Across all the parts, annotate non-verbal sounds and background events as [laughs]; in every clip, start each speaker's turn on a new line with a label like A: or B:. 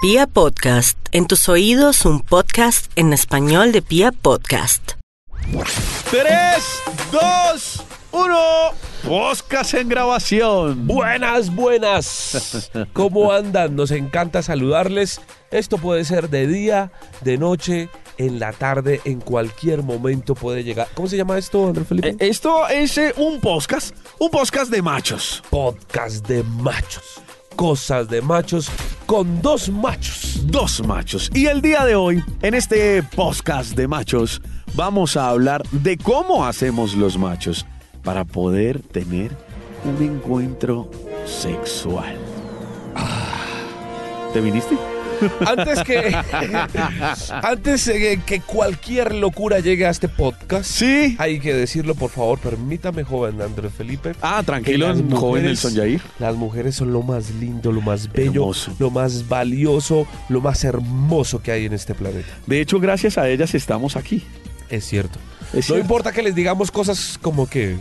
A: Pia Podcast, en tus oídos un podcast en español de Pia Podcast.
B: 3, 2, 1. Podcast en grabación.
C: Buenas, buenas.
B: [laughs]
C: ¿Cómo andan? Nos encanta saludarles. Esto puede ser de día, de noche, en la tarde, en cualquier momento puede llegar. ¿Cómo se llama esto, Andrés Felipe?
B: Eh, Esto es eh, un podcast, un podcast de machos.
C: Podcast de machos. Cosas de machos con dos machos.
B: Dos machos. Y el día de hoy, en este podcast de machos, vamos a hablar de cómo hacemos los machos para poder tener un encuentro sexual. Ah, ¿Te viniste?
C: Antes
B: [laughs]
C: que, antes eh, que cualquier locura llegue a este podcast,
B: Sí.
C: hay que decirlo, por favor, permítame, joven Andrés Felipe.
B: Ah, tranquilo,
C: que las
B: joven
C: mujeres-
B: Nelson Yair.
C: Las mujeres son lo más lindo, lo más bello,
B: Hermoso.
C: lo más valioso, lo más hermoso que hay en este planeta.
B: De hecho, gracias a ellas estamos aquí.
C: Es cierto.
B: Es
C: no
B: cierto.
C: importa que les digamos cosas como que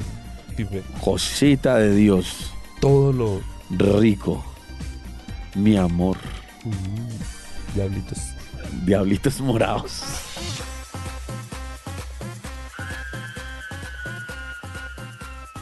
C: Pipe,
B: Cosita de Dios.
C: todo lo
B: Rico. Mi amor.
C: diablitos.
B: Diablitos morados.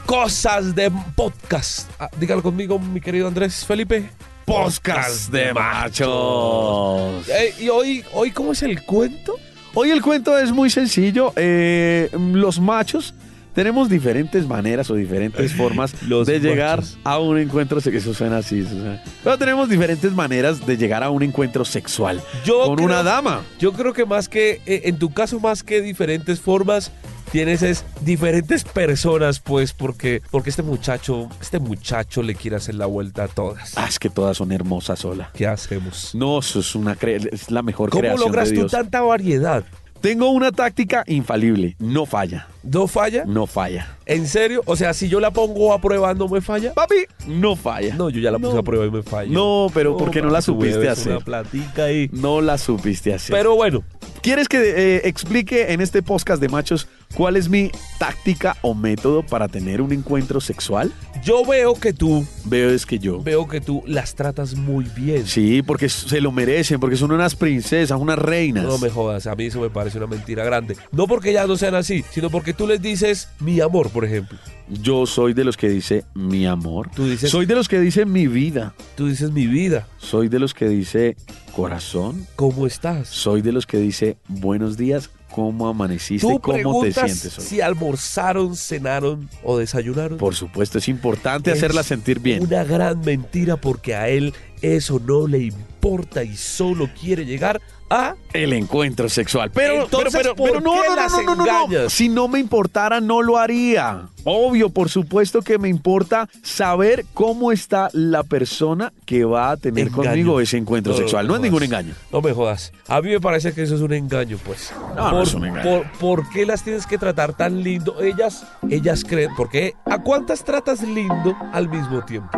C: Cosas de podcast. Ah, dígalo conmigo, mi querido Andrés Felipe.
B: Podcast de machos.
C: Eh, y hoy, hoy cómo es el cuento?
B: Hoy el cuento es muy sencillo. eh, los machos tenemos diferentes maneras o [laughs] diferentes formas
C: Los
B: de llegar
C: machos.
B: a un encuentro. Sé que eso suena así. eso suena- Pero tenemos diferentes maneras de llegar a un encuentro sexual
C: Yo
B: con
C: creo-
B: una dama.
C: Yo creo que más que, eh, en tu caso, más que diferentes formas, tienes es diferentes personas, pues, porque, porque este muchacho, este muchacho le quiere hacer la vuelta a todas.
B: Ah, es que todas son hermosas sola.
C: ¿Qué hacemos?
B: No, eso es una cre- es la mejor
C: ¿Cómo
B: creación
C: logras
B: de
C: tú
B: Dios.
C: tanta variedad?
B: Tengo una táctica infalible. No falla.
C: ¿No falla?
B: No falla.
C: ¿En serio? O sea, si yo la pongo a prueba, ¿no me falla?
B: Papi, no falla.
C: No, yo ya la puse
B: No.
C: a prueba y me falla.
B: No, pero ¿por qué no la
C: tú me
B: supiste
C: debes
B: hacer?
C: Una platica ahí.
B: No la supiste hacer.
C: Pero bueno,
B: ¿Quieres que eh, explique en este podcast de machos cuál es mi táctica o método para tener un encuentro sexual?
C: yo veo que tú,
B: Veo es que yo.
C: veo que tú las tratas muy bien.
B: Sí, porque se lo merecen, porque son unas princesas, unas reinas.
C: No me jodas, a mí eso me parece una mentira grande. No porque ellas no sean así, sino porque tú les dices mi amor, por ejemplo.
B: Yo soy de los que dice mi amor.
C: Tú dices,
B: Soy de los que dice mi vida.
C: tú dices mi vida,
B: Soy de los que dice corazón.
C: ¿cómo estás?
B: Soy de los que dice buenos días, ¿cómo amaneciste?
C: Tú
B: ¿Cómo te
C: preguntas
B: sientes hoy?
C: si almorzaron, cenaron o desayunaron.
B: Por supuesto, es importante
C: Es
B: hacerla sentir bien.
C: Una gran mentira porque a él eso no le importa y solo quiere llegar a...
B: el encuentro sexual. Pero,
C: Entonces,
B: pero, pero,
C: ¿por
B: pero no,
C: qué
B: no,
C: las
B: no, no, no, no,
C: engañas?
B: Si no me importara, no lo haría. Obvio, por supuesto que me importa saber cómo está la persona que va a tener
C: Engaño.
B: conmigo ese encuentro
C: No,
B: sexual. No
C: no
B: es ningún
C: jodas.
B: engaño.
C: No me jodas. A mí me parece que eso es un engaño, pues.
B: No, no es un engaño.
C: por- ¿por qué las tienes que tratar tan lindo? Ellas, ellas creen. ¿Por qué? ¿A cuántas tratas lindo al mismo tiempo?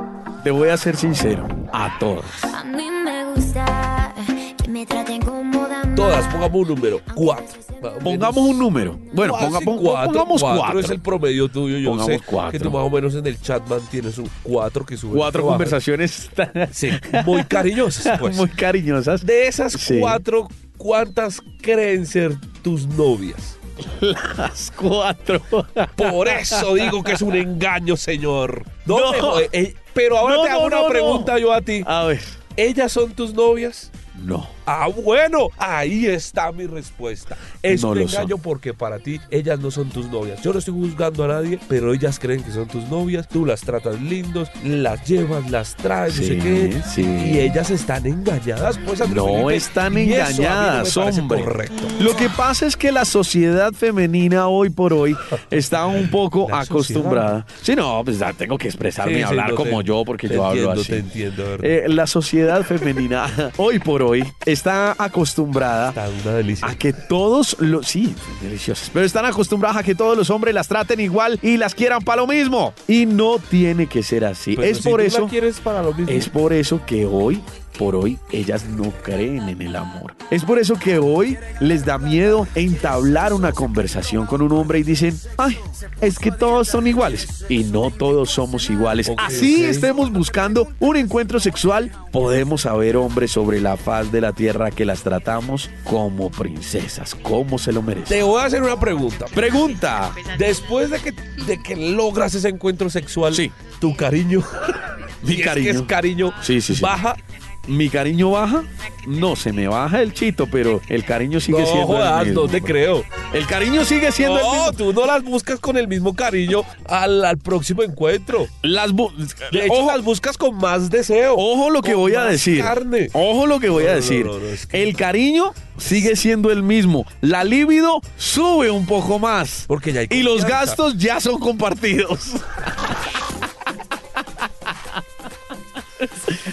B: Te voy a ser sincero. A todos.
D: A mí me gusta que me traten como dama.
C: Todas, pongamos un número. Cuatro.
B: Pongamos un número. Bueno,
C: Casi
B: ponga- pon-
C: cuatro,
B: pongamos cuatro.
C: cuatro es el promedio tuyo. Yo
B: Pongamos
C: sé
B: cuatro.
C: que tú más o menos en el chat mantienes un cuatro que sube.
B: Cuatro
C: que baja.
B: conversaciones tan-
C: Sí, muy cariñosas,
B: [laughs]
C: pues.
B: muy cariñosas.
C: De esas
B: Sí.
C: cuatro, ¿cuántas creen ser tus novias?
B: Las cuatro. [laughs]
C: Por eso digo que es un engaño, señor. No,
B: No.
C: me jode- eh, pero ahora
B: No,
C: te hago
B: no, Ah.
C: una
B: no,
C: pregunta
B: no.
C: yo a ti.
B: [laughs] A ver.
C: ¿Ellas son tus novias?
B: No.
C: Ah, bueno, ahí está mi respuesta. Es
B: No
C: un
B: lo
C: engaño
B: son.
C: porque para ti ellas no son tus novias. Yo no estoy juzgando a nadie, pero ellas creen que son tus novias. Tú las tratas lindos, las llevas, las traes,
B: Sí,
C: no sé qué.
B: sí.
C: Y ellas están engañadas, pues Andrés
B: No
C: Felipe,
B: están
C: y eso a mí no me
B: engañadas,
C: parece
B: hombre.
C: Correcto.
B: Lo que pasa es que la sociedad femenina hoy por hoy está un poco
C: [laughs] La
B: acostumbrada. Sí, no, pues ya tengo que expresarme
C: Sí,
B: y
C: sí,
B: hablar
C: no, te-
B: como yo porque
C: te
B: yo hablo
C: entiendo,
B: así.
C: Te entiendo, de verdad.
B: Eh, la sociedad femenina [laughs] hoy por hoy está acostumbrada
C: Está una delicia.
B: a que todos los sí, deliciosas, pero están acostumbradas a que todos los hombres las traten igual y las quieran para lo mismo y no tiene que ser así.
C: Pero
B: es
C: si
B: por
C: tú la
B: eso
C: quieres para lo mismo.
B: es por eso que hoy por hoy ellas no creen en el amor. Es por eso que hoy les da miedo entablar una conversación con un hombre y dicen, ay, es que todos son iguales. Y no todos somos iguales.
C: Ok,
B: Así
C: ok.
B: estemos buscando un encuentro sexual, podemos saber hombres sobre la faz de la tierra que las tratamos como princesas, como se lo merecen.
C: Te voy a hacer una pregunta.
B: Pregunta.
C: Después de que, de que logras ese encuentro sexual,
B: Sí.
C: tu cariño,
B: [laughs] Mi
C: si es que
B: cariño.
C: es cariño,
B: Sí, sí, sí.
C: baja.
B: ¿Mi cariño baja? No, se me baja el chito, pero el cariño sigue
C: no
B: siendo
C: jodas,
B: el mismo.
C: no te creo.
B: El cariño sigue siendo el
C: no,
B: mismo.
C: tú no las buscas con el mismo cariño al, al próximo encuentro.
B: Las bu-
C: De hecho,
B: ojo,
C: las buscas con más deseo.
B: [laughs] ojo lo que
C: con
B: voy a
C: más
B: decir.
C: carne.
B: Ojo lo que voy
C: No,
B: a
C: no,
B: decir.
C: no, no, es que-
B: El cariño sigue siendo el mismo. La libido sube un poco más.
C: Porque ya hay
B: y los
C: confianza.
B: gastos ya son
C: [laughs]
B: compartidos.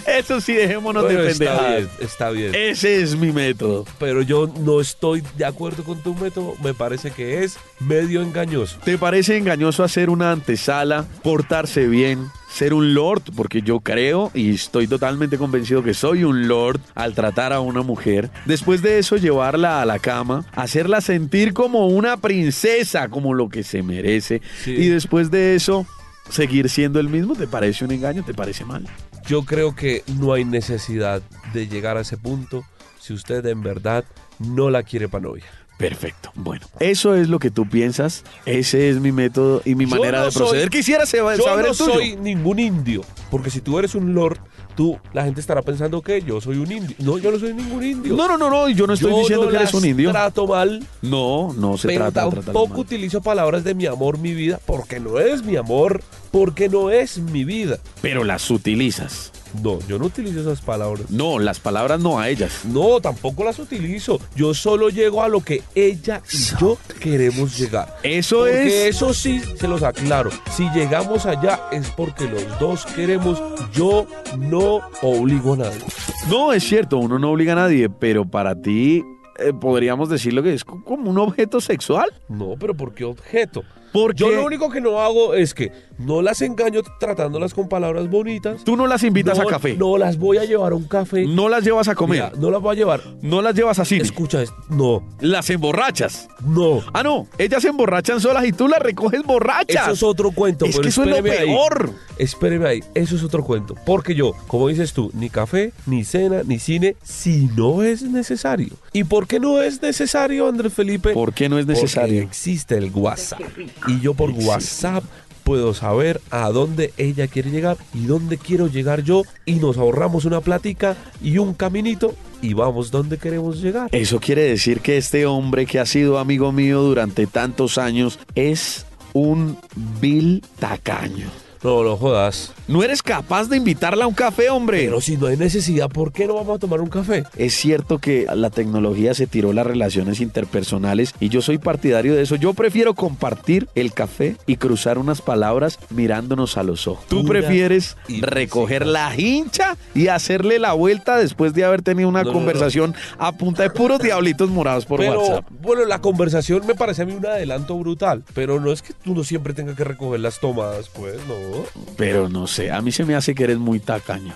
B: Eso sí, dejémonos
C: Bueno,
B: de Eh.
C: está
B: pendejadas.
C: bien, está bien.
B: Ese es mi método.
C: Pero yo no estoy de acuerdo con tu método. Me parece que es medio engañoso.
B: ¿Te parece engañoso hacer una antesala, portarse bien, ser un lord? Porque yo creo y estoy totalmente convencido que soy un lord al tratar a una mujer. Después de eso, llevarla a la cama, hacerla sentir como una princesa, como lo que se merece.
C: Sí.
B: Y después de eso, seguir siendo el mismo. ¿Te parece un engaño? ¿Te parece mal?
C: Yo creo que no hay necesidad de llegar a ese punto si usted en verdad no la quiere para novia.
B: Perfecto. Bueno, eso es lo que tú piensas. Ese es mi método y mi
C: Yo
B: manera
C: no
B: de proceder.
C: soy-
B: Quisiera seba-
C: Yo
B: saber
C: no
B: el tuyo.
C: soy ningún indio, porque si tú eres un lord, tú la gente estará pensando que yo soy un indio. No, yo no soy ningún indio.
B: No, no, no, no. Yo no estoy
C: Yo
B: diciendo
C: no
B: que eres
C: las
B: un indio.
C: Trato mal,
B: No, no se
C: pero
B: trata de tratar
C: tampoco
B: mal.
C: utilizo palabras de mi amor, mi vida, porque no es mi amor, porque no es mi vida.
B: Pero las utilizas.
C: No, yo no utilizo esas palabras.
B: No, las palabras no a ellas.
C: No, tampoco las utilizo. Yo solo llego a lo que ella y yo queremos llegar.
B: Eso
C: Porque
B: es.
C: eso sí, se los aclaro. Si llegamos allá es porque los dos queremos. Yo no obligo a nadie.
B: No, es cierto, uno no obliga a nadie, pero para ti eh, podríamos decirlo que es co- como un objeto sexual.
C: No, pero ¿por qué objeto?
B: Porque
C: Yo lo único que no hago es que no las engaño tratándolas con palabras bonitas.
B: tú no las invitas a
C: no,
B: café, no,
C: No las voy a llevar a un café.
B: las llevas a comer,
C: Mira, no las voy a llevar.
B: no las llevas a cine,
C: Escucha, es- no,
B: las emborrachas.
C: no.
B: Ah, no, ellas se emborrachan solas y tú las recoges borrachas.
C: Eso es otro cuento.
B: Es
C: pero
B: que eso es lo
C: espéreme ahí.
B: peor.
C: Espéreme ahí, eso es otro cuento. Porque yo, como dices tú, ni café, ni cena, ni cine, si no es necesario. ¿Y por qué no es necesario, Andrés Felipe?
B: ¿Por qué no es
C: Porque
B: necesario?
C: existe el WhatsApp. Y yo por WhatsApp puedo saber a dónde ella quiere llegar y dónde quiero llegar yo. Y nos ahorramos una plática y un caminito y vamos donde queremos llegar.
B: Eso quiere decir que este hombre que ha sido amigo mío durante tantos años es un vil tacaño.
C: No, no jodas.
B: No eres capaz de invitarla a un café, hombre.
C: Pero si no hay necesidad, ¿por qué no vamos a tomar un café?
B: es cierto que la tecnología se tiró las relaciones interpersonales y yo soy partidario de eso. Yo prefiero compartir el café y cruzar unas palabras mirándonos a los ojos. Tú
C: Una
B: prefieres
C: y
B: recoger la hincha y hacerle la vuelta después de haber tenido una
C: No, no, no.
B: conversación a punta de puros diablitos morados por
C: pero,
B: WhatsApp.
C: Bueno, la conversación me parece a mí un adelanto brutal, pero no es que uno siempre tenga que recoger las tomadas, pues, no.
B: Pero no sé, a mí se me hace que eres muy tacaño.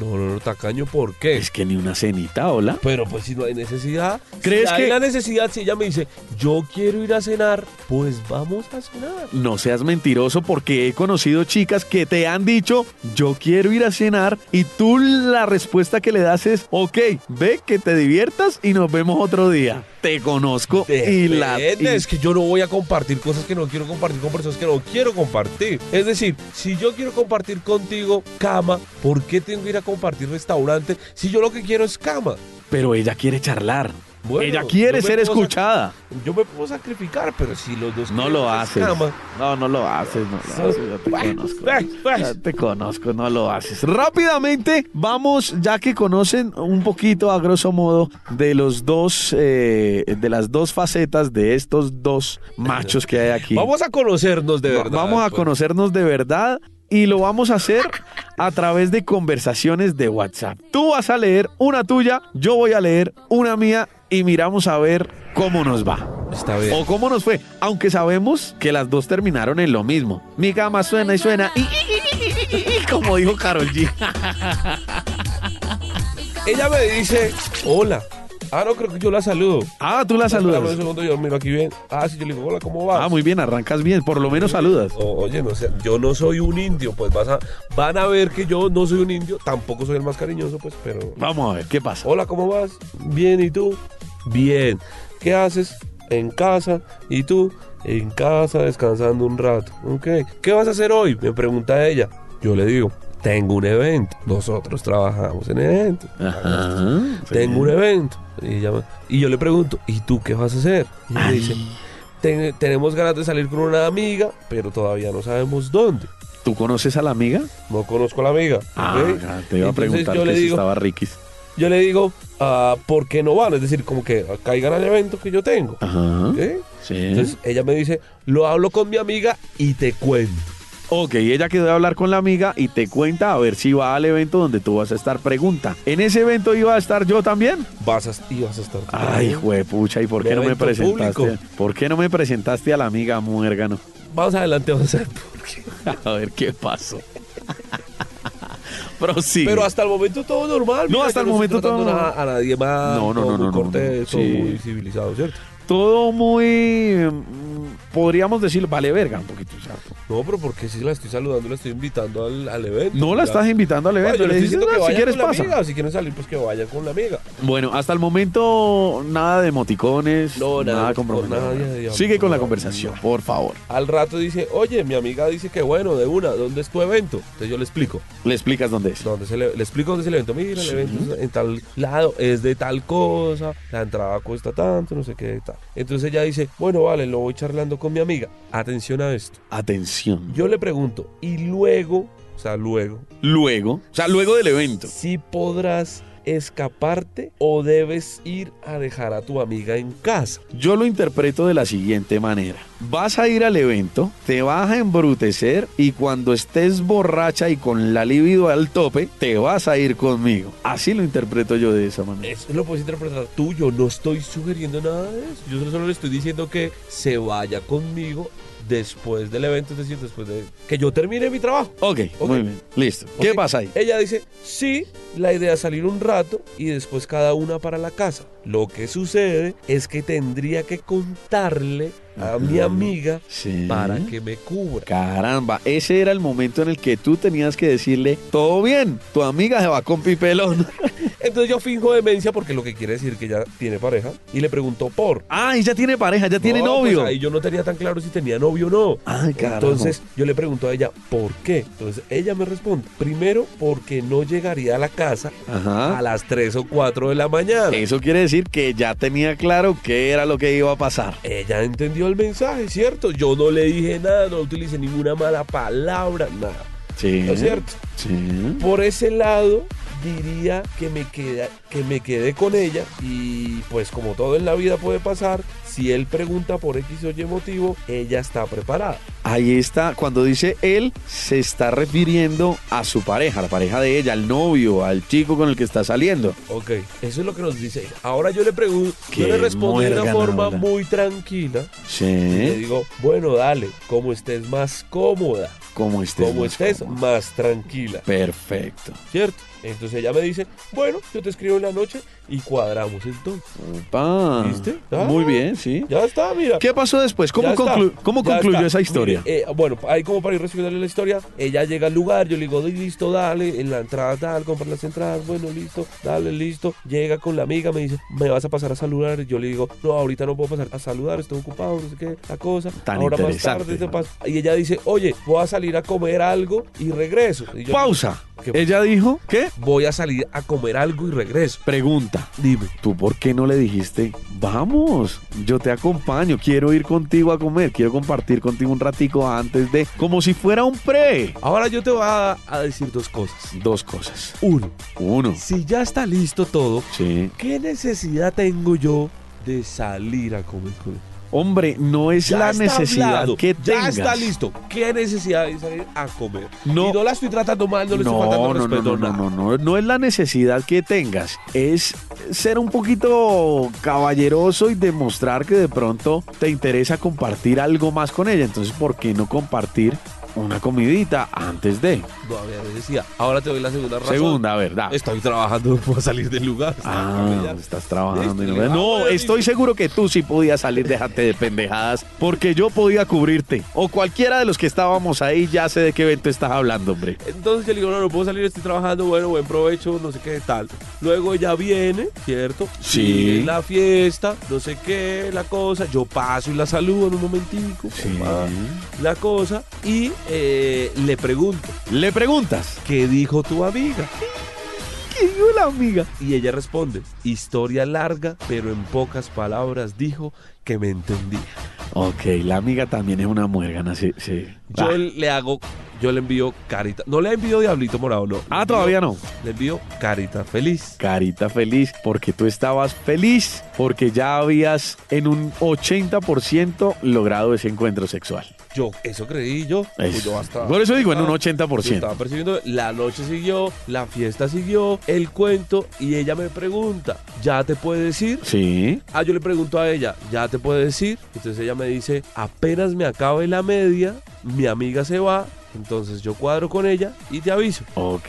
C: No, no, no, tacaño, ¿por qué?
B: Es que ni una cenita, hola.
C: Pero pues si no hay necesidad,
B: ¿Crees
C: si hay
B: que-
C: la necesidad, si ella me dice, yo quiero ir a cenar, pues vamos a cenar.
B: No seas mentiroso porque he conocido chicas que te han dicho, yo quiero ir a cenar y tú la respuesta que le das es, ok, ve que te diviertas y nos vemos otro día. Te conozco y la...
C: Depende,
B: y-
C: Es que yo no voy a compartir cosas que no quiero compartir con personas que no quiero compartir. Es decir, si yo quiero compartir contigo cama, ¿por qué tengo que ir a compartir restaurante si yo lo que quiero es cama?
B: Pero ella quiere charlar.
C: Bueno,
B: ella quiere
C: yo me
B: ser
C: puedo sac-
B: escuchada.
C: Yo me puedo sacrificar, pero si los dos
B: No
C: quieren
B: lo
C: las
B: haces.
C: camas,
B: No, no lo haces, no lo haces. Yo te
C: Pues,
B: conozco.
C: pues, pues.
B: Ya te conozco, no lo haces. Rápidamente, vamos, ya que conocen un poquito a grosso modo de los dos, eh, de las dos facetas de estos dos machos que hay aquí.
C: [laughs] Vamos a conocernos de
B: Va-
C: verdad.
B: vamos a
C: pues.
B: conocernos de verdad y lo vamos a hacer a través de conversaciones de WhatsApp. Tú vas a leer una tuya, yo voy a leer una mía y miramos a ver cómo nos va.
C: Está bien.
B: O cómo nos fue, aunque sabemos que las dos terminaron en lo mismo. Mi cama suena y suena y, y- y- y- y- y- como dijo Carol G.
C: Ella me dice, hola. Ah, no, creo que yo la saludo.
B: Ah, tú la
C: Espérame
B: saludas.
C: un segundo, yo miro aquí bien. Ah, sí, yo le digo, hola, ¿cómo vas?
B: Ah, muy bien, arrancas bien. Por lo menos saludas.
C: O- oye, no sé, yo no soy un indio, pues vas a, van a ver que yo no soy un indio, tampoco soy el más cariñoso, pues, pero...
B: Vamos a ver, ¿qué pasa?
C: Hola, ¿cómo vas? Bien, ¿y tú? Bien. ¿Qué haces? En casa. ¿Y tú? En casa, descansando un rato. Ok. ¿Qué vas a hacer hoy? Me pregunta ella. Yo le digo, tengo un evento. Nosotros trabajamos en eventos.
B: Ajá,
C: Tengo un
B: sí.
C: evento. Y, ella me- y yo le pregunto, ¿y tú qué vas a hacer? Y ella me dice, "Ten- tenemos ganas de salir con una amiga, pero todavía no sabemos dónde.
B: ¿Tú conoces a la amiga?
C: No conozco a la amiga.
B: Ah, te
C: ¿ok?
B: iba a
C: Entonces
B: preguntar
C: yo
B: que
C: le
B: si
C: digo,
B: estaba riquis.
C: yo le digo, ah, ¿por qué no van? Es decir, como que caigan al evento que yo tengo.
B: Ajá.
C: ¿Eh?
B: Sí.
C: Entonces ella me dice, lo hablo con mi amiga y te cuento.
B: Ok, ella quedó de hablar con la amiga y te cuenta a ver si va al evento donde tú vas a estar. Pregunta, ¿en ese evento iba a estar yo también?
C: Vas a, y vas a estar.
B: Ay, juepucha, ¿y por qué no me
C: Evento
B: presentaste?
C: público.
B: ¿Por qué no me presentaste a la amiga muérgano? [laughs]
C: Vamos adelante, vamos a porque-
B: A ver qué pasó. [laughs] Prosigue.
C: Pero hasta el momento todo normal.
B: No,
C: mira,
B: hasta
C: yo
B: el momento
C: estoy tratando
B: todo-
C: nada- a nadie más.
B: No, no,
C: todo
B: no,
C: muy
B: no, no,
C: cortés,
B: no, no.
C: todo
B: Sí.
C: muy civilizado, ¿cierto?
B: todo muy mm, podríamos decir vale verga un poquito. o sea,
C: No, pero porque si la estoy saludando, la estoy invitando al, al evento.
B: no la
C: ya.
B: estás invitando al
C: No,
B: evento,
C: yo le
B: le
C: estoy
B: dices,
C: diciendo que
B: "Ah, si
C: vayan
B: quieres
C: con la
B: pasa.
C: amiga, o si quieren salir, pues que vayan con la amiga.
B: Bueno, hasta el momento nada de emoticones,
C: No, nada
B: nada,
C: de
B: comprometedor,
C: emoticón, nada de
B: nada.
C: diablo.
B: Sigue con la
C: No,
B: conversación, por favor.
C: Al rato dice, oye, mi amiga dice que bueno, de una, ¿dónde es tu evento? Entonces yo le explico.
B: Le explicas dónde es.
C: donde se le, le explico dónde es el evento. Mira, el evento es en tal lado, es de tal cosa, la entrada cuesta tanto, no sé qué tal. Entonces ella dice, bueno, vale, lo voy charlando con mi amiga. Atención a esto.
B: Atención.
C: Yo le pregunto, y luego, o sea, luego,
B: Luego, o sea, luego del evento.
C: si podrás escaparte o debes ir a dejar a tu amiga en casa.
B: Yo lo interpreto de la siguiente manera. Vas a ir al evento, te vas a embrutecer y cuando estés borracha y con la libido al tope, te vas a ir conmigo. Así lo interpreto yo de esa manera.
C: Eso lo puedes interpretar tú, yo no estoy sugiriendo nada de eso. Yo solo le estoy diciendo que se vaya conmigo después del evento, es decir, después de que yo termine mi trabajo.
B: Ok,
C: Ok.
B: muy bien, listo.
C: Ok.
B: ¿Qué pasa ahí?
C: Ella dice, sí, la idea es salir un rato y después cada una para la casa. Lo que sucede es que tendría que contarle a mi
B: Ajá.
C: amiga
B: Sí.
C: para que me cubra.
B: Caramba, ese era el momento en el que tú tenías que decirle, todo bien, tu amiga se va con pipelón. [laughs]
C: Entonces yo finjo demencia porque lo que quiere decir que ya tiene pareja y le preguntó por.
B: Ah, ya tiene pareja, ya tiene
C: No,
B: novio.
C: pues ahí yo no tenía tan claro si tenía novio o no.
B: Ay, caramba.
C: Entonces yo le pregunto a ella, ¿por qué? Entonces ella me responde, primero porque no llegaría a la casa
B: Ajá.
C: a las 3 o 4 de la mañana.
B: Eso quiere decir que ya tenía claro qué era lo que iba a pasar.
C: Ella entendió el mensaje, ¿cierto? Yo no le dije nada, no utilicé ninguna mala palabra, nada.
B: Sí.
C: ¿No es cierto?
B: Sí.
C: Por ese lado, diría que me, queda, que me quedé con ella y pues como todo en la vida puede pasar, si él pregunta por X o Y motivo, ella está preparada.
B: Ahí está, cuando dice él, se está refiriendo a su pareja, la pareja de ella, al novio, al chico con el que está saliendo.
C: Ok, eso es lo que nos dice ella. Ahora yo le pregunto, yo
B: Qué
C: le respondo de una
B: muérgana,
C: forma
B: hola.
C: muy tranquila. y Le
B: Sí.
C: digo, bueno, dale, como estés más cómoda,
B: Como estés.
C: como
B: más
C: estés
B: cómodo.
C: más tranquila.
B: Perfecto.
C: ¿cierto? Entonces ella me dice, bueno, yo te escribo en la noche y cuadramos entonces.
B: Pa.
C: ¿Viste? Ah.
B: Muy bien, sí.
C: Ya está, mira.
B: ¿Qué pasó después? ¿Cómo,
C: Ya está,
B: conclu- cómo
C: ya
B: concluyó
C: está.
B: esa historia?
C: Mire, eh, bueno, ahí como para ir resumiendo la historia, ella llega al lugar, yo le digo, listo, dale, en la entrada tal, comprar las entradas, bueno, listo, dale, listo. Llega con la amiga, me dice, me vas a pasar a saludar. Yo le digo, no, ahorita no puedo pasar a saludar, estoy ocupado, no sé qué, la cosa.
B: Tan
C: Ahora más
B: interesante,
C: tarde te
B: ¿no?
C: paso. Y ella dice, oye, voy a salir a comer algo y regreso. Y eh, yo,
B: Pausa.
C: ¿Qué?
B: Ella dijo, ¿qué?
C: Voy a salir a comer algo y regreso.
B: Pregunta.
C: Dime.
B: ¿Tú por qué no le dijiste, vamos, yo te acompaño, quiero ir contigo a comer, quiero compartir contigo un ratico antes de, como si fuera un pre?
C: Ahora yo te voy a, a decir dos cosas.
B: Dos cosas.
C: Uno,
B: Uno.
C: si ya está listo todo,
B: Sí.
C: ¿qué necesidad tengo yo de salir a comer con él?
B: Hombre, no es
C: Ya
B: la
C: está
B: necesidad
C: hablado,
B: que
C: Ya
B: tengas.
C: está listo. ¿Qué necesidad de salir a comer?
B: No.
C: Y no la estoy tratando mal, no le estoy faltando
B: No, no, no,
C: respeto.
B: no, no,
C: nada.
B: no, no, no es la necesidad que tengas, es ser un poquito caballeroso y demostrar que de pronto te interesa compartir algo más con ella, entonces ¿por qué no compartir una comidita antes de.
C: No, a ver, decía, ahora te doy la segunda razón.
B: Segunda, ¿verdad?
C: Estoy trabajando, [laughs] puedo salir del lugar.
B: Ah, estás trabajando. y no,
C: Listo.
B: No, estoy seguro que tú sí podías salir, déjate de pendejadas, porque yo podía cubrirte. O cualquiera de los que estábamos ahí ya sé de qué evento estás hablando, hombre.
C: Entonces yo le digo, no, no puedo salir, estoy trabajando, bueno, buen provecho, no sé qué tal. Luego ella viene, ¿cierto?
B: Sí.
C: Sigue la fiesta, no sé qué, la cosa. Yo paso y la saludo en un momentico, compa, la cosa. Y eh, le pregunto,
B: Le preguntas.
C: ¿qué dijo tu amiga?
B: ¿Qué dijo la amiga?
C: Y ella responde, historia larga, pero en pocas palabras dijo que me entendía.
B: Ok, la amiga también es una muérgana, sí. sí.
C: Yo
B: Ah.
C: le hago, yo le envío carita. No le envío diablito morado, no.
B: ah, todavía no.
C: Le envío carita feliz.
B: Carita feliz, porque tú estabas feliz, porque ya habías en un 80% logrado ese encuentro sexual.
C: Yo, eso creí yo. Pues
B: Eso.
C: yo hasta-
B: Por eso digo, en un
C: yo estaba
B: 80%.
C: percibiendo, la noche siguió, la fiesta siguió, el cuento, y ella me pregunta, ¿ya te puedes ir?
B: Sí.
C: Ah, yo le pregunto a ella, ¿ya te puedes ir? Entonces ella me dice, apenas me acabe la media, mi amiga se va, entonces yo cuadro con ella y te aviso.
B: Ok.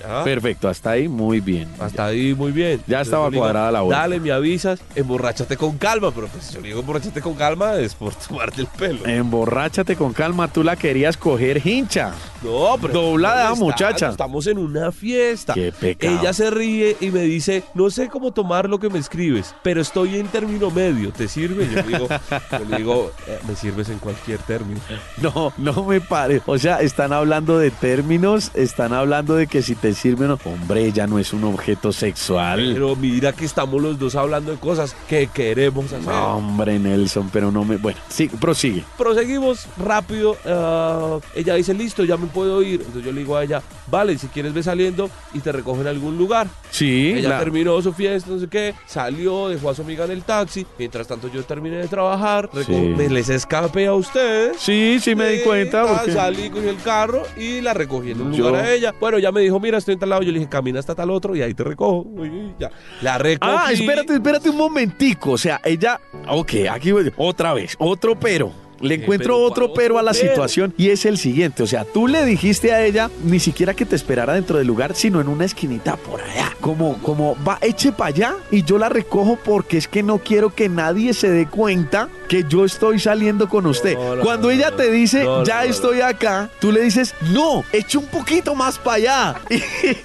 C: Ya.
B: Perfecto, hasta ahí muy bien.
C: ¿Ah? Hasta ahí muy bien. Entonces
B: estaba
C: yo le digo,
B: cuadrada la vuelta.
C: Dale, me avisas, emborráchate con calma, pero pues yo le digo emborráchate con calma es por [laughs] tomarte el pelo.
B: Emborráchate con calma, tú la querías coger hincha. [laughs]
C: No, pero
B: Doblada,
C: ¿dónde está?
B: muchacha.
C: No, Estamos en una fiesta.
B: Qué pecado.
C: Ella se ríe y me dice, no sé cómo tomar lo que me escribes, pero estoy en término medio, ¿te sirve? Yo le digo, yo le digo, "Eh, me sirves en cualquier término.
B: No, no me pare. O sea, están hablando de términos, están hablando de que si te sirven, hombre, ya no es un objeto sexual.
C: Pero mira que estamos los dos hablando de cosas que queremos hacer.
B: No, hombre, Nelson, pero no me. Bueno, sí, prosigue.
C: Proseguimos rápido. ah, ella dice, listo, ya me puedo ir. Entonces yo le digo a ella, vale, si quieres ve saliendo y te recojo en algún lugar.
B: Sí,
C: Ella
B: la-
C: terminó su fiesta, no sé qué, salió, dejó a su amiga en el taxi. Mientras tanto yo terminé de trabajar, reco-
B: Sí.
C: me les escapé a ustedes.
B: sí, sí me di
C: Eh,
B: cuenta.
C: ah,
B: porque-
C: Salí, cogí el carro y la recogí en un
B: Yo-
C: lugar a ella. Bueno, ella me dijo, mira, estoy en tal lado. Yo le dije, camina hasta tal otro y ahí te recojo. Uy, uy, ya. La recogí.
B: Ah, espérate, espérate un momentico. O sea, ella. Ok, aquí voy. Otra vez, otro pero. Le
C: ¿Qué
B: encuentro
C: Eh, pero?
B: otro
C: ¿Cuál
B: pero a
C: otro
B: la
C: pero?
B: situación y es el siguiente. O sea, tú le dijiste a ella ni siquiera que te esperara dentro del lugar, sino en una esquinita por allá. Como, como, va, eche para allá y yo la recojo porque es que no quiero que nadie se dé cuenta que yo estoy saliendo con usted.
C: No, no,
B: Cuando
C: no,
B: ella
C: no,
B: te dice,
C: no, no,
B: ya
C: no, no.
B: estoy acá, tú le dices, no, eche un poquito más para allá. [laughs] Y,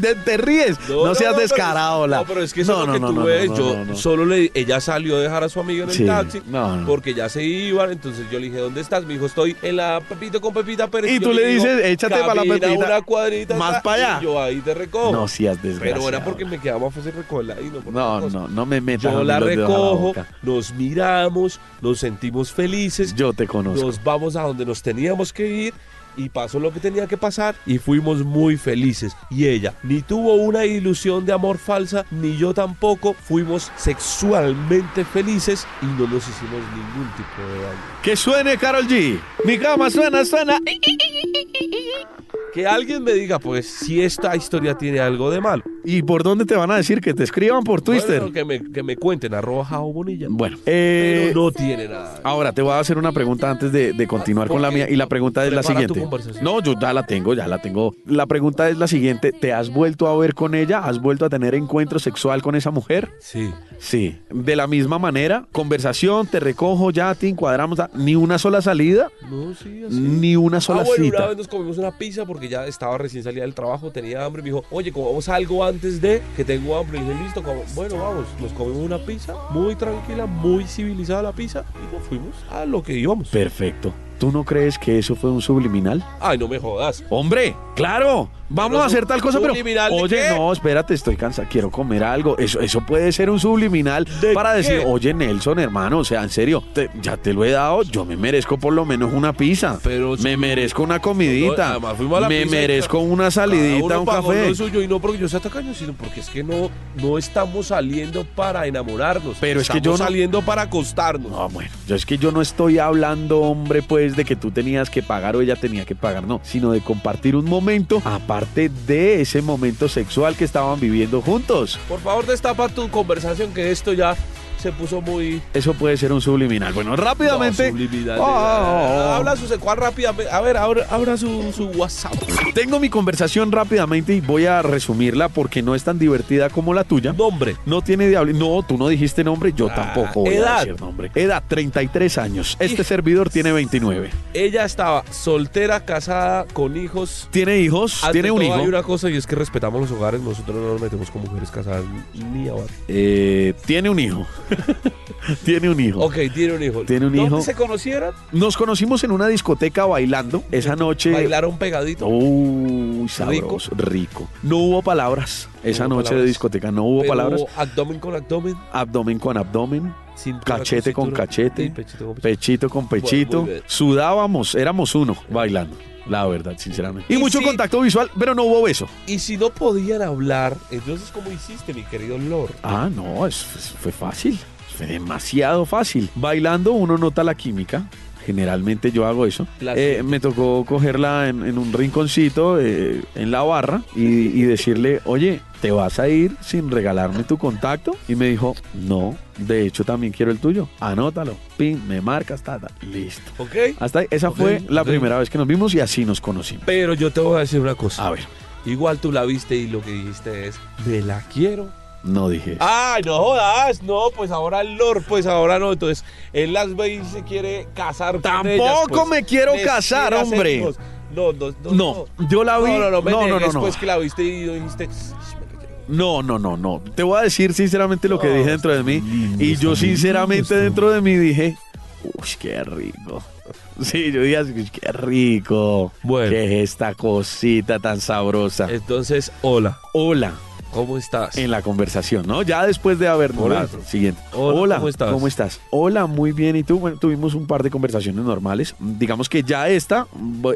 B: te, te ríes. No, seas
C: pero-
B: descarado, la.
C: No, pero es que eso es lo que tú ves.
B: no,
C: yo
B: no, no.
C: solo le. Ella salió a dejar a su amiga en el
B: Sí,
C: taxi.
B: no, no.
C: Porque ya se iban. Entonces yo le dije, ¿dónde estás? Me dijo, estoy en la Pepito con Pepita Pérez.
B: Y
C: yo
B: tú le
C: digo,
B: dices, échate pa' la
C: "Camina
B: Pepita,
C: Una cuadrita.
B: más
C: acá,
B: pa' allá".
C: y yo ahí te recojo.
B: No seas desgraciado.
C: pero era porque me quedaba fácil recogerla. Y no, por otra
B: No,
C: cosa.
B: no, no me metas a
C: Yo
B: mí
C: la
B: los dedos a
C: recojo,
B: boca.
C: nos miramos, nos sentimos felices,
B: Yo te conozco.
C: nos vamos a donde nos teníamos que ir y pasó lo que tenía que pasar y fuimos muy felices. Y ella ni tuvo una ilusión de amor falsa, ni yo tampoco, fuimos sexualmente felices y no nos hicimos ningún tipo de daño.
B: Que suene, Carol G. Mi cama suena, suena.
C: Que alguien me diga, pues, si esta historia tiene algo de malo.
B: ¿Y por dónde te van a decir? Que te escriban por Twitter.
C: Bueno, que, me, que me cuenten, arroba Jao Bonilla.
B: Bueno, eh,
C: Pero no tiene nada.
B: Ahora te voy a hacer una pregunta antes de, de continuar con la
C: Porque
B: mía y la pregunta es la
C: prepara tu
B: siguiente.
C: conversación.
B: No, yo ya la tengo, ya la tengo. La pregunta es la siguiente, ¿te has vuelto a ver con ella? ¿Has vuelto a tener encuentro sexual con esa mujer?
C: Sí.
B: Sí. De la misma manera, conversación, te recojo, ya te encuadramos, ah, ni una sola salida,
C: No, sí, así.
B: ni una sola
C: ah, bueno, una
B: cita.
C: vez nos comimos una pizza porque ya estaba recién salida del trabajo, tenía hambre. Me dijo, oye, comamos algo antes de que tengo hambre. Le dije, listo, como, bueno, vamos. Nos comimos una pizza muy tranquila, muy civilizada la pizza y nos fuimos a lo que íbamos.
B: Perfecto. ¿Tú no crees que eso fue un subliminal?
C: Ay, no me jodas.
B: Hombre, claro, vamos
C: Pero
B: a hacer tal cosa, pero
C: ¿subliminal de
B: oye,
C: qué?
B: no, espérate, estoy cansado, quiero comer algo. Eso, eso puede ser un subliminal
C: ¿De
B: para
C: qué?
B: decir, oye, Nelson, hermano, o sea, en serio, te- ya te lo he dado, yo me merezco por lo menos una pizza,
C: Pero
B: me
C: sí.
B: merezco una comidita,
C: además fuimos a la
B: me
C: pizza y
B: merezco
C: cada-
B: una
C: Cada
B: salidita,
C: uno
B: un
C: pagó
B: café.
C: Lo suyo, y no porque yo sea tacaño, sino porque es que no, no estamos saliendo para enamorarnos.
B: Pero es que
C: Estamos
B: yo no-
C: saliendo para acostarnos.
B: No, Ah, bueno, yo es que yo no estoy hablando, hombre, pues de que tú tenías que pagar o ella tenía que pagar, no, sino de compartir un momento aparte de ese momento sexual que estaban viviendo juntos.
C: Por favor, destapa tu conversación que esto ya se puso muy...
B: Eso puede ser un subliminal. Bueno, rápidamente. Ah,
C: No, subliminal.
B: Oh.
C: Habla su secual rápidamente. A ver, abra, abra su, su WhatsApp.
B: Tengo mi conversación rápidamente y voy a resumirla porque no es tan divertida como la tuya.
C: Nombre.
B: No tiene diablo. No, tú no dijiste nombre, yo
C: Ah,
B: tampoco voy
C: edad.
B: a decir nombre. Edad, 33 años. Este servidor tiene 29.
C: Ella estaba soltera, casada, con hijos.
B: Tiene hijos,
C: Ante
B: tiene un
C: todo, Hay
B: hijo.
C: una cosa y es que respetamos los hogares. Nosotros no nos metemos con mujeres casadas ni a bate.
B: Eh, tiene un hijo. [laughs] tiene un hijo.
C: Ok, tiene un hijo.
B: Tiene un
C: ¿Dónde
B: hijo.
C: se conocieron?
B: Nos conocimos en una discoteca bailando. Esa noche.
C: Bailaron pegadito.
B: Uy, sabroso, rico. No hubo palabras. Esa
C: hubo
B: noche de
C: palabras.
B: discoteca no hubo
C: pero
B: palabras.
C: Abdomen con abdomen.
B: Abdomen con abdomen,
C: cintura
B: Cachete con
C: cintura,
B: cachete,
C: y Pechito con pechito.
B: pechito con
C: Bueno,
B: pechito.
C: muy bien.
B: Sudábamos, éramos uno bailando. La verdad, sinceramente. Y,
C: Y
B: mucho
C: sí.
B: contacto visual, pero no hubo beso.
C: Y si no podían hablar, entonces, ¿cómo hiciste, mi querido Lord?
B: Ah, no, es- es- fue fácil. Fue demasiado fácil. Bailando uno nota la química. Generalmente yo hago eso.
C: La
B: Eh,
C: siento.
B: me tocó cogerla en, en un rinconcito, eh, en la barra, y, y decirle, oye, ¿te vas a ir sin regalarme tu contacto? Y me dijo, no, de hecho también quiero el tuyo. Anótalo. Pin, me marcas, tata. Listo.
C: ¿Ok?
B: Hasta ahí, esa
C: Ok,
B: fue la
C: ok.
B: primera vez que nos vimos y así nos conocimos.
C: Pero yo te voy a decir una cosa.
B: A ver,
C: Igual tú la viste y lo que dijiste es, me la quiero.
B: no dije. eso.
C: Ay, no jodas, no, pues ahora el Lord, pues ahora no. Entonces, él las ve y se quiere casar. con ellas,
B: Tampoco
C: pues.
B: me quiero
C: Les
B: casar,
C: quiere hacer
B: hombre.
C: hijos. No, no, no.
B: No, yo la vi.
C: No, no, no, me
B: no, no,
C: niegues,
B: no, no.
C: pues que la viste y dijiste, "Sh, me la quiero".
B: No, no, no, no. Te voy a decir sinceramente lo que
C: No,
B: dije dentro de mí. y yo sinceramente dentro de mí dije, uy, qué rico. [laughs] Sí, yo dije, "Ush, qué rico.
C: Bueno.
B: ¿Qué es esta cosita tan sabrosa?
C: Entonces, hola,
B: Hola
C: ¿cómo estás?
B: en la conversación, ¿no? Ya después de haber...
C: Hola.
B: Ah, Siguiente.
C: Hola, ¿cómo estás?
B: Hola, muy bien. ¿Y tú? Bueno, tuvimos un par de conversaciones normales. Digamos que ya esta,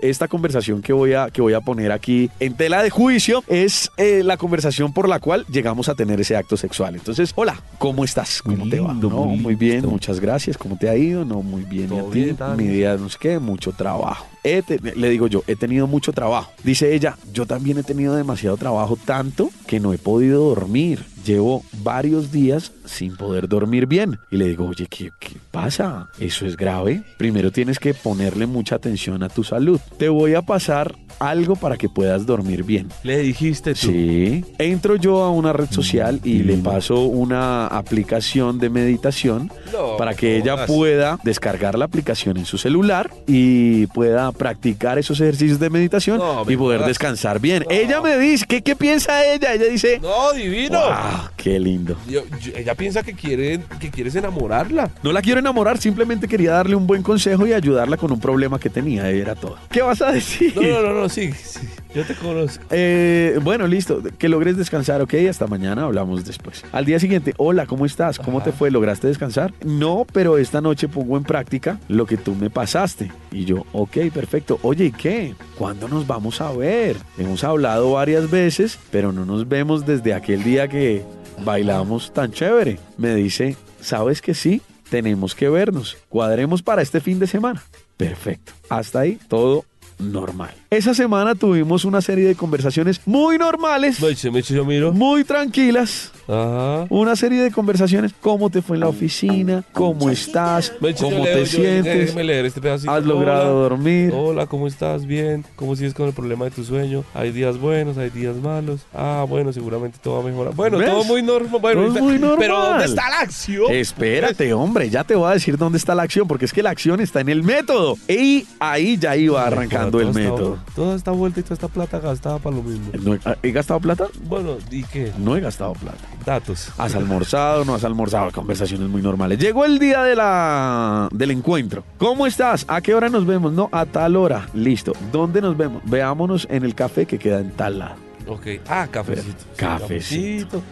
B: esta conversación que voy, a, que voy a poner aquí en tela de juicio es eh, la conversación por la cual llegamos a tener ese acto sexual. Entonces, hola, ¿cómo estás? ¿Cómo
C: Muy
B: te va?
C: lindo,
B: No,
C: muy
B: muy bien, muchas gracias. ¿Cómo te ha ido? No, muy bien. ¿Y a
C: Todo
B: ti?
C: bien, tal.
B: Mi día, no sé qué, mucho trabajo. He te- le digo yo, he tenido mucho trabajo. Dice ella, yo también he tenido demasiado trabajo, tanto que no he podido dormir. Llevo varios días sin poder dormir bien. Y le digo, oye, ¿qué, qué pasa? Eso es grave. Primero tienes que ponerle mucha atención a tu salud. Te voy a pasar algo para que puedas dormir bien.
C: Le dijiste tú.
B: Sí. Entro yo a una red social y le paso una aplicación de meditación
C: No,
B: para que ella
C: jodas.
B: pueda descargar la aplicación en su celular y pueda practicar esos ejercicios de meditación
C: No, me
B: y poder
C: jodas.
B: descansar bien.
C: No.
B: Ella me dice, ¿qué, qué piensa ella? Ella dice,
C: No, divino.
B: "Guau, ¡Qué lindo!
C: Yo- yo- ella piensa que, quiere, que quieres enamorarla.
B: No la quiero enamorar, simplemente quería darle un buen consejo y ayudarla con un problema que tenía, era todo. ¿Qué vas a decir?
C: No, no, no, no, sí, sí. Yo te conozco.
B: Eh, bueno, listo. Que logres descansar, ok. Hasta mañana hablamos después. Al día siguiente, hola, ¿cómo estás? ¿Cómo te fue? ¿Lograste descansar? No, pero esta noche pongo en práctica lo que tú me pasaste. Y yo, ok, perfecto. Oye, ¿y qué? ¿Cuándo nos vamos a ver? Hemos hablado varias veces, pero no nos vemos desde aquel día que bailamos tan chévere. Me dice, ¿sabes que sí? Tenemos que vernos. Cuadremos para este fin de semana. Perfecto. Hasta ahí, todo normal. Esa semana tuvimos una serie de conversaciones muy normales,
C: Meche, Meche, yo miro.
B: muy tranquilas.
C: Ajá.
B: Una serie de conversaciones, cómo te fue en la oficina, cómo estás,
C: Meche, Pues, yo
B: cómo
C: leo,
B: te
C: yo- eh,
B: sientes,
C: déjeme leer este pedacito.
B: has logrado
C: Hola.
B: dormir.
C: Hola, ¿cómo estás? Bien. ¿Cómo sigues con el problema de tu sueño? Hay días buenos, hay días malos. Ah, bueno, seguramente todo va a mejorar. Bueno,
B: ¿Ves?
C: todo muy normal. Bueno,
B: Todo es muy
C: Pero
B: normal.
C: ¿dónde está la acción? Pues,
B: Espérate, hombre, ya te voy a decir dónde está la acción, porque es que la acción está en el método. Y ahí ya iba arrancando
C: Toda
B: el
C: esta-
B: método.
C: toda esta vuelta y toda esta plata gastada para lo mismo.
B: ¿No he- ¿He gastado plata?
C: Bueno, ¿y qué?
B: No he gastado plata.
C: Datos.
B: ¿Has almorzado? ¿No has almorzado? Conversaciones muy normales. Llegó el día de la, del encuentro. ¿Cómo estás? ¿A qué hora nos vemos? No, a tal hora. Listo. ¿Dónde nos vemos? Veámonos en el café que queda en tal lado.
C: Ok. Ah, cafecito. Sí,
B: Cafecito.
C: cafecito.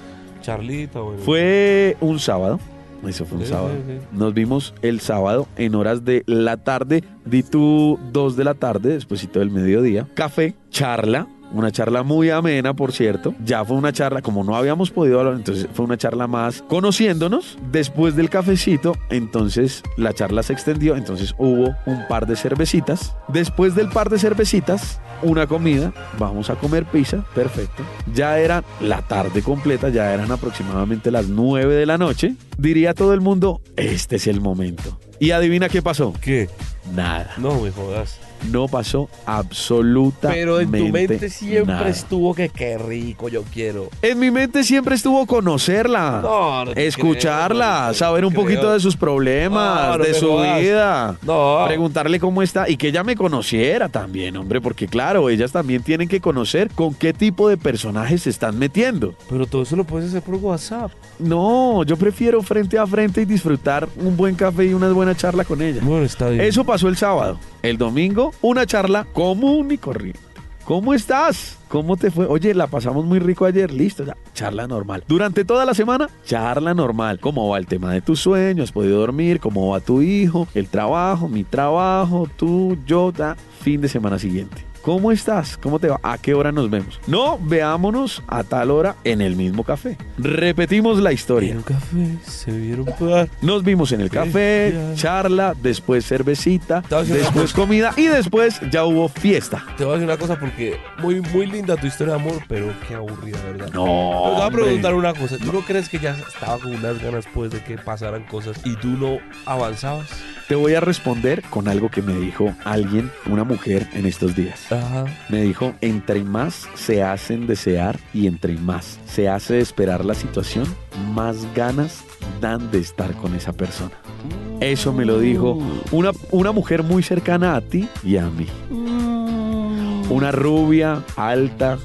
C: Charlita, bueno.
B: Fue un sábado. Eso fue un
C: Sí,
B: sábado.
C: sí, sí.
B: Nos vimos el sábado en horas de la tarde. Di tú dos de la tarde, despuésito del mediodía. Café, charla. Una charla muy amena, por cierto. Ya fue una charla, como no habíamos podido hablar, entonces fue una charla más conociéndonos. Después del cafecito, entonces la charla se extendió, entonces hubo un par de cervecitas. Después del par de cervecitas, una comida, vamos a comer pizza, perfecto. Ya era la tarde completa, ya eran aproximadamente las 9 de la noche. Diría todo el mundo, este es el momento. Y adivina qué pasó.
C: ¿Qué?
B: Nada.
C: No me jodas.
B: No pasó absolutamente
C: Pero en tu mente siempre
B: nada.
C: estuvo que qué rico yo quiero.
B: En mi mente siempre estuvo conocerla.
C: No, no te creo,
B: Ah, escucharla,
C: no te
B: saber un
C: creo.
B: poquito de sus problemas,
C: No, no
B: de
C: me
B: su
C: jodas.
B: vida.
C: No.
B: Preguntarle cómo está y que ella me conociera también, hombre, porque claro, ellas también tienen que conocer con qué tipo de personajes se están metiendo.
C: Pero todo eso lo puedes hacer por WhatsApp.
B: No, yo prefiero frente a frente y disfrutar un buen café y una buena charla con ella.
C: Bueno, está bien.
B: Eso pasó el sábado. El domingo, una charla común y corriente. ¿Cómo estás? ¿Cómo te fue? Oye, la pasamos muy rico ayer. Listo, ya. Charla normal. Durante toda la semana, charla normal. ¿Cómo va el tema de tus sueños? ¿Has podido dormir? ¿Cómo va tu hijo? El trabajo, mi trabajo, tú, yo, ta. Fin de semana siguiente. ¿Cómo estás? ¿Cómo te va? ¿A qué hora nos vemos? No, veámonos a tal hora en el mismo café. Repetimos la historia.
C: En un café se vieron par.
B: Nos vimos en el café,
C: Bestia.
B: charla, después cervecita,
C: Estaba haciendo-
B: después comida y después ya hubo fiesta.
C: Te voy a decir una cosa porque muy, muy linda tu historia de amor, pero qué aburrida, ¿verdad?
B: No.
C: Pero Te voy a
B: hombre.
C: preguntar una cosa. ¿Tú no crees que ya estaba con unas ganas pues de que pasaran cosas y tú no avanzabas?
B: Te voy a responder con algo que me dijo alguien, una mujer, en estos días.
C: Ajá.
B: Me dijo, entre más se hacen desear y entre más se hace esperar la situación, más ganas dan de estar con esa persona. Eso me lo dijo una, una mujer muy cercana a ti y a mí. Una rubia, alta,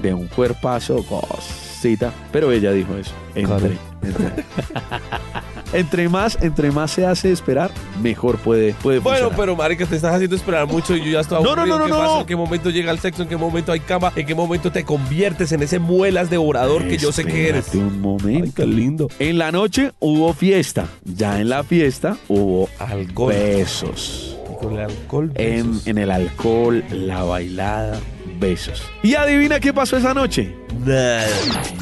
B: de un cuerpazo, cosita. Pero ella dijo eso. Entre, [laughs] entre más, entre más se hace esperar, mejor puede, puede
C: Bueno,
B: funcionar.
C: pero marica, te estás haciendo esperar mucho y yo ya estoy
B: No, no,
C: aburrido.
B: no, no,
C: ¿Qué
B: no,
C: pasa?
B: no.
C: ¿En qué momento llega el sexo? ¿En qué momento hay cama? ¿En qué momento te conviertes en ese muelas devorador que yo sé que eres?
B: Espérate un
C: Ay,
B: momento.
C: qué lindo.
B: En la noche hubo fiesta. Ya en la fiesta hubo
C: Alcohol.
B: besos.
C: Y Con el alcohol.
B: En,
C: besos.
B: en el alcohol, la bailada, besos. Y adivina qué pasó esa noche.
C: Nada.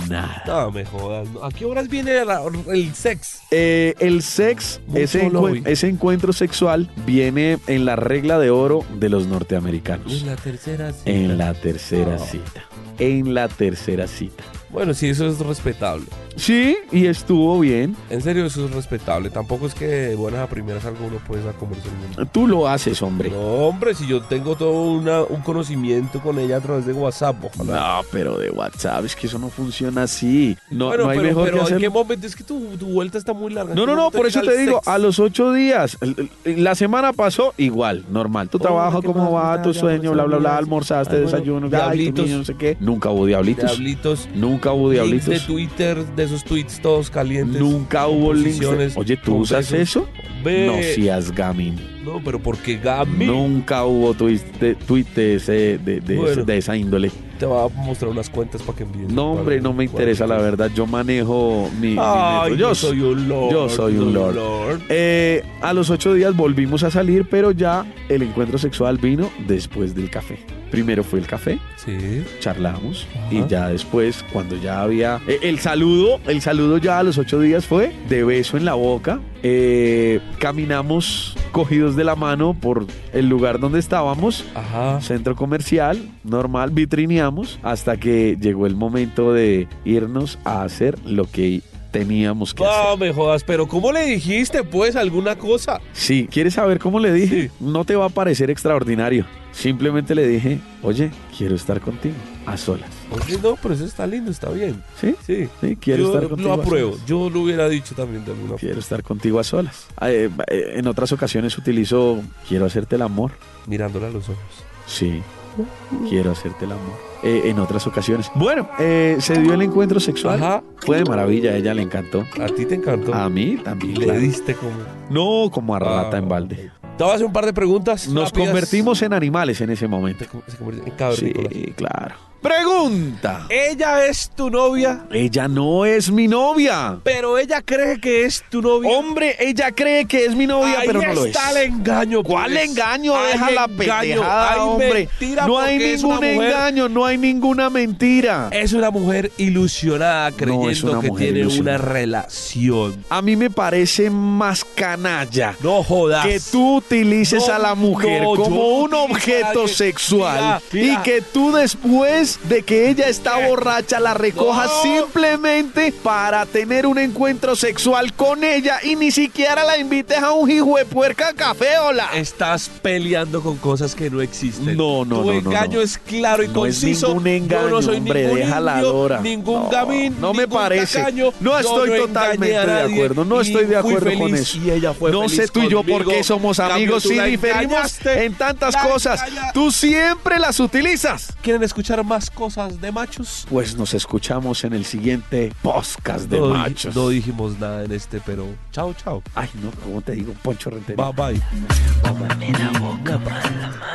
B: Nada.
C: No me jodas. ¿A qué horas viene la- el sex?
B: Eh, el sex,
C: Mucho
B: ese, encuen-
C: lobby.
B: ese encuentro sexual, viene en la regla de oro de los norteamericanos.
C: la tercera cita.
B: En la tercera
C: No.
B: cita. En la tercera cita.
C: Bueno, sí, eso es respetable.
B: Sí, y estuvo bien.
C: En serio, eso es respetable. Tampoco es que de buenas a primeras algo uno puede a comerse el mundo.
B: Tú lo haces, hombre.
C: No, hombre, si yo tengo todo una- un conocimiento con ella a través de WhatsApp, ojalá.
B: No, pero de WhatsApp es que eso no funciona así. No,
C: Bueno,
B: no hay
C: pero,
B: mejor
C: pero
B: que
C: ¿en
B: hacerlo.
C: qué momento? Es que tu, tu vuelta está muy larga.
B: No,
C: ¿En qué
B: no, no,
C: momento
B: por
C: llega
B: eso
C: el
B: te digo,
C: sex?
B: a los ocho días, l- l- la semana pasó igual, normal. Tu
C: Hola,
B: trabajo,
C: Oh, ¿qué
B: cómo
C: más?
B: va,
C: Ya,
B: tu
C: ya
B: sueño, bla, bla, bla,
C: almorzamos.
B: almorzaste,
C: Ay, bueno,
B: desayuno, ay, tu
C: diablitos.
B: niño, no sé qué. Nunca hubo diablitos.
C: Diablitos.
B: Nunca hubo
C: links de
B: diablitos.
C: Twitter, de esos tweets todos calientes.
B: Nunca hubo links. de-
C: Posiciones,
B: Oye, ¿tú usas
C: contextos.
B: eso?
C: Ve.
B: No seas gamín.
C: No, pero porque Gami
B: Nunca hubo tweets de, tweets de ese- de- de-
C: Bueno.
B: de esa índole.
C: te va a mostrar unas cuentas para que envíes.
B: No, hombre, no me interesa, la verdad. Yo manejo mi. mi
C: Ay,
B: método.
C: yo soy un lord.
B: yo soy un lord. Eh, a los ocho días volvimos a salir, pero ya el encuentro sexual vino después del café. Primero fue el café,
C: Sí.
B: charlamos
C: Ajá.
B: y ya después, cuando ya había eh, el saludo, el saludo ya a los ocho días fue de beso en la boca. Eh, caminamos cogidos de la mano por el lugar donde estábamos
C: Ajá.
B: centro comercial, normal, vitrineamos, hasta que llegó el momento de irnos a hacer lo que teníamos que
C: No
B: hacer.
C: me jodas, pero ¿cómo le dijiste pues alguna cosa?
B: Sí, ¿quieres saber cómo le dije?
C: Sí.
B: No te va a parecer extraordinario. Simplemente le dije, oye, quiero estar contigo, a solas.
C: Oye, no, pero eso está lindo, está bien.
B: ¿Sí?
C: Sí.
B: Sí, quiero
C: yo
B: estar contigo.
C: lo
B: a
C: apruebo.
B: solas.
C: Yo lo hubiera dicho también de alguna
B: Quiero estar contigo a solas. Eh, eh, en otras ocasiones utilizo, quiero hacerte el amor.
C: Mirándola a los ojos.
B: Sí, quiero hacerte el amor. Eh, en otras ocasiones. Bueno, eh, se dio el encuentro sexual.
C: Ajá.
B: Fue de maravilla, a ella le encantó.
C: A ti te encantó.
B: A mí
C: Y
B: también.
C: le
B: claro.
C: diste como.
B: No como a rata
C: Ah.
B: en balde.
C: Te voy a hacer un par de preguntas.
B: Nos
C: rápidas.
B: convertimos en animales en ese momento.
C: Te con- Se convirtió en
B: Sí,
C: cavernícolas.
B: claro. Pregunta.
C: Ella es tu novia,
B: Ella no es mi novia.
C: pero ella cree que es tu novia.
B: Hombre, ella cree que es mi novia,
C: Ahí
B: pero no lo es.
C: está el engaño.
B: ¿Cuál
C: pues.
B: engaño?
C: Hay
B: Deja la
C: engaño,
B: pendejada,
C: hay
B: hombre.
C: mentira
B: No hay
C: porque es una
B: ningún
C: mujer- Eh.
B: engaño, no hay ninguna mentira.
C: Es una mujer ilusionada creyendo
B: es una
C: que
B: mujer
C: tiene
B: ilusionada.
C: una relación.
B: A mí me parece más canalla
C: No jodas.
B: que tú utilices
C: No,
B: a la mujer
C: no, yo
B: como
C: no
B: un
C: utilicé
B: objeto
C: a nadie.
B: sexual
C: Mira, mira.
B: y que tú después de que ella está
C: ¿Qué?
B: borracha la recojas
C: No.
B: simplemente para tener un encuentro sexual con ella y ni siquiera la invites a un hijo de puerca café, hola.
C: Estás peleando con cosas que no existen.
B: No, no,
C: tu
B: no, no,
C: engaño
B: no.
C: es claro y
B: No es
C: conciso.
B: ningún engaño,
C: Yo no soy
B: hombre,
C: ningún
B: deja la
C: indio,
B: Dora.
C: Ningún
B: No,
C: gamín,
B: no me
C: ningún
B: parece.
C: tacaño.
B: No
C: Yo
B: estoy
C: engañé a
B: totalmente de
C: nadie
B: acuerdo, no
C: y
B: estoy de
C: fui
B: acuerdo con
C: feliz
B: eso.
C: Y ella fue
B: No sé
C: feliz
B: tú y yo por
C: conmigo.
B: qué somos
C: Cambio,
B: amigos
C: tú
B: si
C: la
B: diferimos
C: engañaste.
B: en tantas
C: La
B: cosas.
C: engaña-
B: Tú siempre las utilizas.
C: ¿Quieren escuchar más cosas de machos?
B: Pues nos escuchamos en el siguiente podcast de
C: no, di-
B: machos.
C: no dijimos nada en este, pero chao, chao.
B: Ay, no, ¿cómo te digo? Poncho Rentería.
C: Bye, bye.
A: Me da boca para la mano.